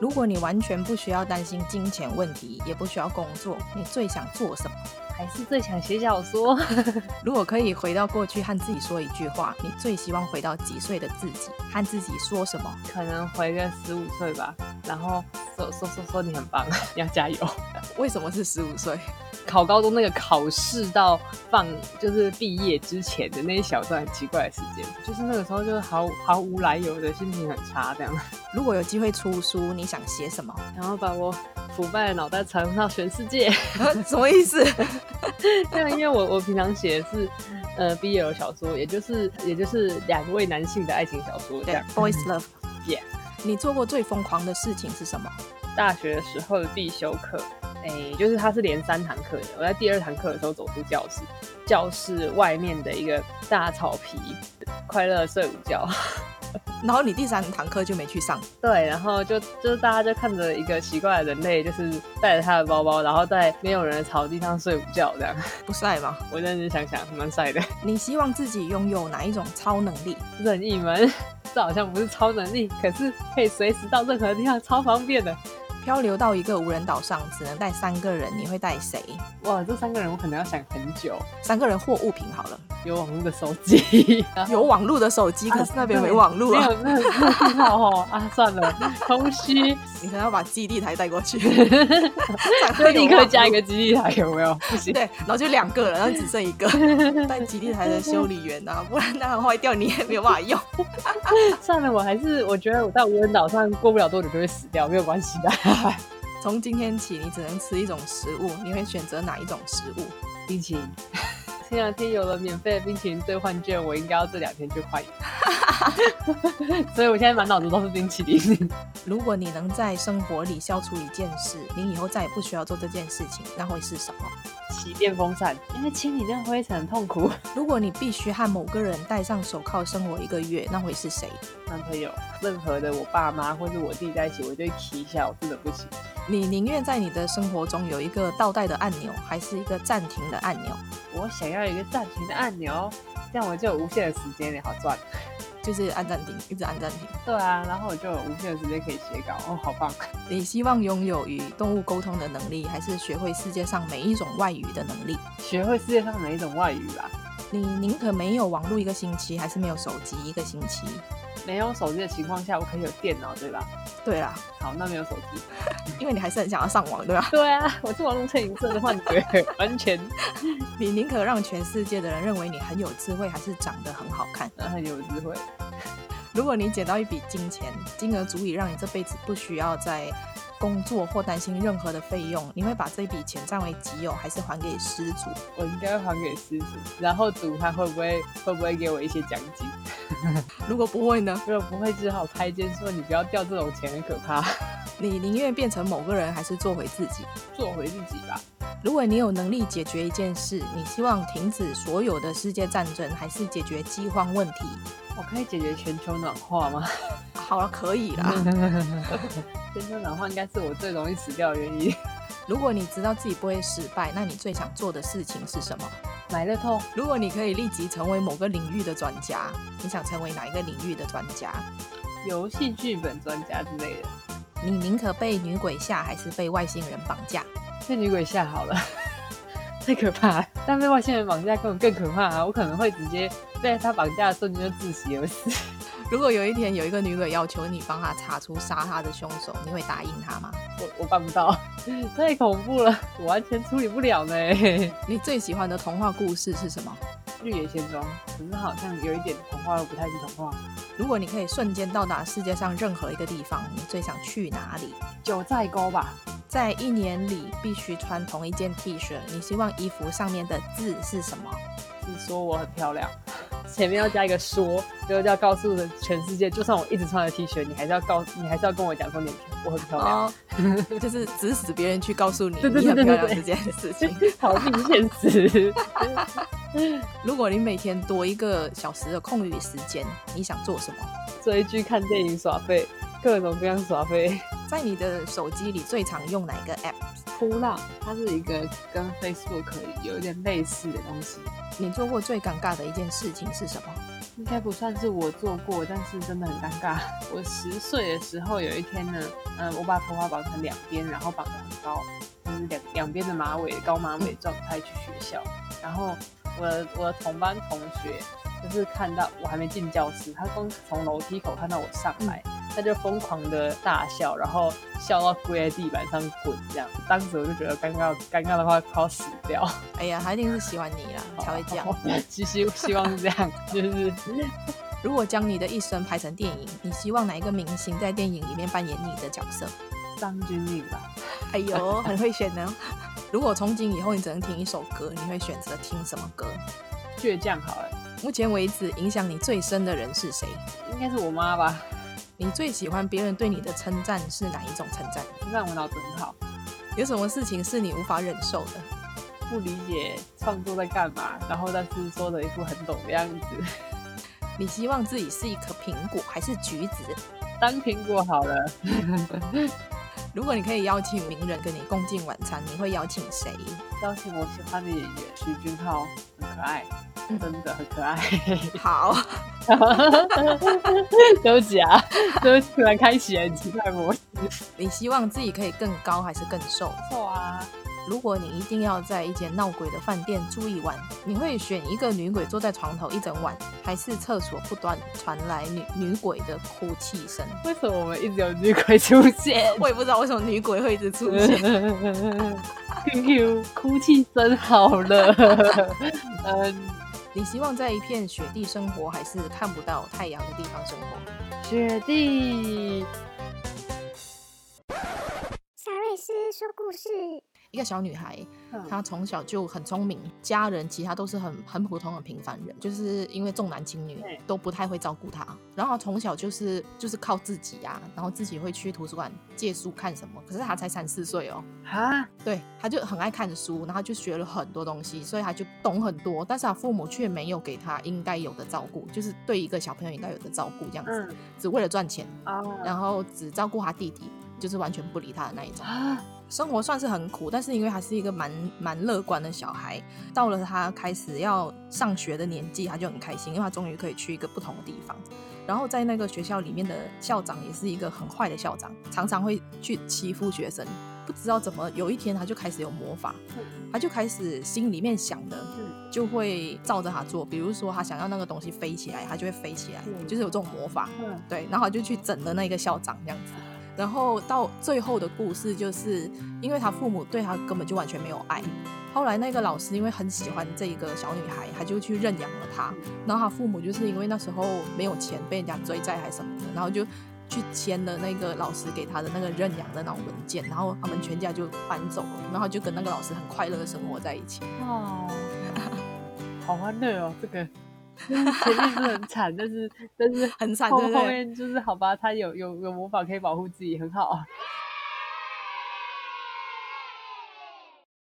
如果你完全不需要担心金钱问题，也不需要工作，你最想做什么？还是最想写小说。 如果可以回到过去和自己说一句话，你最希望回到几岁的自己，和自己说什么？可能回个十五岁吧，然后说说说说你很棒， 你要加油。为什么是十五岁？考高中那个考试到放就是毕业之前的那一小段很奇怪的时间，就是那个时候就是毫毫无来由的心情很差这样， 如果有机会出书，你想写什么？ 然后把我腐败的脑袋传到全世界。 什么意 思？对，啊因为我我平常写的是呃 BL 小说，也就是也就是两位男性的爱情小说这对样。 ，boys love。 Yeah 你做过最疯狂的事情是什么？大学的时候的必修课，哎、就是它是连三堂课的。我在第二堂课的时候走出教室，教室外面的一个大草皮，快乐地睡午觉。 然后你第三堂课就没去上，对，然后就就是大家就看着一个奇怪的人类，就是带着他的包包，然后在没有人的草地上睡午觉这样。 不晒吗？我认真想想，蛮帅的。你希望自己拥有哪一种超能力？任意门，这好像不是超能力，可是可以随时到任何地方，超方便的。漂流到一个无人岛上，只能带三个人，你会带谁？哇，这三个人我可能要想很久。三个人或物品好了，有网络的手机， 然后有网络的手机，可是那边没网络没啊有。那个那个信号哦啊，算了，空 虚，你可能要把基地台带过 去，就就立刻加一个基地台，有没有？不行，对，然后就两个人，然后只剩 一个带基地台的修理员啊，不然那坏掉你也没有办法用。算了，我还是我觉得我在无人岛上过不了多久就会死掉，没有关系的。从今天起，你只能吃一种食物，你会选择哪一种食物？ 冰淇淋，前两天有了免费的冰淇淋兑换券，我应该要这两天去换一下。 所以我现在满脑子都是冰淇淋。如果你能在生活里消除一件事，你以后再也不需要做这件事情，那会是什么？洗电风扇，因为清理那个灰尘很痛苦。如果你必须和某个人戴上手铐生活一个月，那会是谁？男朋友，任何的我爸妈或者我弟在一起，我就会踢一下，我真的不行。你宁愿在你的生活中有一个倒带的按钮，还是一个暂停的按钮？我想要一个暂停的按钮，这样我就有无限的时间了，好赚。就是按暂停，一直按暂停。对啊，然后我就有无限的时间可以写稿，哦，好棒！你希望拥有与动物沟通的能力，还是学会世界上每一种外语的能力？学会世界上每一种外语吧。你宁可没有网络一个星期，还是没有手机一个星期？没有手机啊的情况下，我可以有电脑，对吧？对啦，好，那没有手机。因为你还是很想要上网，对吧？对啊，我是网络成瘾症的患者，完全、你宁可让全世界的人认为你很有智慧，还是长得很好看？呃、很有智慧。如果你捡到一笔金钱，金额足以让你这辈子不需要再工作或担心任何的费用，你会把这笔钱占为己有，还是还给失主？我应该会还给失主，然后赌他会不会会不会给我一些奖金。如果不会呢？如果不会，只好拍肩说你不要掉这种钱，很可怕。你宁愿变成某个人，还是做回自己？做回自己吧。如果你有能力解决一件事，你希望停止所有的世界战争，还是解决饥荒问题？我可以解决全球暖化吗？好了，可以啦。 全球暖化应该是我最容易死掉的原因。如果你知道自己不会失败，那你最想做的事情是什么？买乐透，如果你可以立即成为某个领域的专家，你想成为哪一个领域的专家？游戏剧本专家之类的， 你宁可被女鬼吓，还是被外星人绑架？被女鬼吓好了，太可怕了。但被外星人绑架根本更可怕啊！我可能会直接被他绑架的瞬间就窒息而死。如果有一天有一个女鬼要求你帮她查出杀她的凶手，你会答应她吗？我 我办不到，太恐怖了，我完全处理不了呢。你最喜欢的童话故事是什么？绿野仙踪，可是好像有一点童话又不太是童话。如果你可以瞬间到达世界上任何一个地方，你最想去哪里？九寨沟吧，在一年里必须穿同一件 T 恤，你希望衣服上面的字是什么？是说我很漂亮， 前面要加一个说，就是要告诉全世界，就算我一直穿着 T 恤，你还是要告，你还是要跟我讲说你我很漂亮，哦， 就是指使别人去告诉你对对你很对漂亮对对 这件事就情。逃避现实。如果你每天多一个小时的空余时间，你想做什么？追剧、看电影、耍废，各种各样耍废。在你的手机里最常用哪一个 App？扑浪，它是一个跟 Facebook 有一点类似的东西。你做过最尴尬的一件事情是什么？应该不算是我做过，但是真的很尴尬。 我十岁的时候有一天呢，呃，我把头发绑成两边，然后绑得很高，就是两两边的马尾高马尾状态去学校。然后我的我的同班同学就是看到我还没进教室，他光从楼梯口看到我上来，嗯他就疯狂的大笑，然后笑到跪在地板上滚这样。当时我就觉得尴尬，尴尬的话快要死掉。哎呀，他一定是喜欢你啦，才会这 样。其实希望是这样， 就是如果将你的一生拍成电影，你希望哪一个明星在电影里面扮演你的角色？张钧甯吧。哎 呦，很会选呢。如果从今以后你只能听一首歌，你会选择听什么歌？倔强好了，目前为止影响你最深的人是谁？应该是我妈吧。你最喜欢别人对你的称赞是哪一种称赞？让我脑子很好，有什么事情是你无法忍受的？不理解创作在干嘛，然后但是说的一副很懂的样子。 你希望自己是一颗苹果还是橘子？当苹果好了，如果你可以邀请名人跟你共进晚餐，你会邀请谁？ 邀请我喜欢的演员徐俊浩，很可爱，嗯真的很可爱。 好，对不起啊，就是突然开启了很奇怪模式。你希望自己可以更高还是更瘦？错啊，如果你一定要在一间闹鬼的饭店住一晚，你会选一个女鬼坐在床头一整晚，还是厕所不断传来女女鬼的哭泣声？为什么我们一直有女鬼出现 我也不知道为什么女鬼会一直出现。 ？QQ 哭泣声好了，嗯，你希望在一片雪地生活，还是看不到太阳的地方生活？雪地。小瑞斯说故事。一个小女孩，嗯她从小就很聪明，家人其他都是很很普通、很平凡人，就是因为重男轻女对，都不太会照顾她。然后她从小就是就是靠自己呀、然后自己会去图书馆借书看什么。可是她才三四岁哦，啊，对，她就很爱看书，然后就学了很多东西，所以她就懂很多。但是她父母却没有给她应该有的照顾，就是对一个小朋友应该有的照顾这样子，嗯只为了赚钱，啊然后只照顾她弟弟，就是完全不理她的那一种。啊，生活算是很苦，但是因为他是一个蛮蛮乐观的小孩，到了他开始要上学的年纪，他就很开心，因为他终于可以去一个不同的地方。然后在那个学校里面的校长也是一个很坏的校长，常常会去欺负学生。不知道怎么，有一天他就开始有魔法，他就开始心里面想的嗯就会照着他做，比如说他想要那个东西飞起来，他就会飞起来，嗯就是有这种魔法。嗯对，然后他就去整了那个校长这样子。然后到最后的故事，就是因为他父母对他根本就完全没有爱。后来那个老师因为很喜欢这一个小女孩，他就去认养了她。然后他父母就是因为那时候没有钱，被人家追债还是什么的，然后就去签了那个老师给他的那个认养的那种文件，然后他们全家就搬走了，然后就跟那个老师很快乐的生活在一起。哦，好欢乐哦，这 个。就是前面是很惨，但是但是很惨后对不对后面就是好吧，他有有有魔法可以保护自己，很好。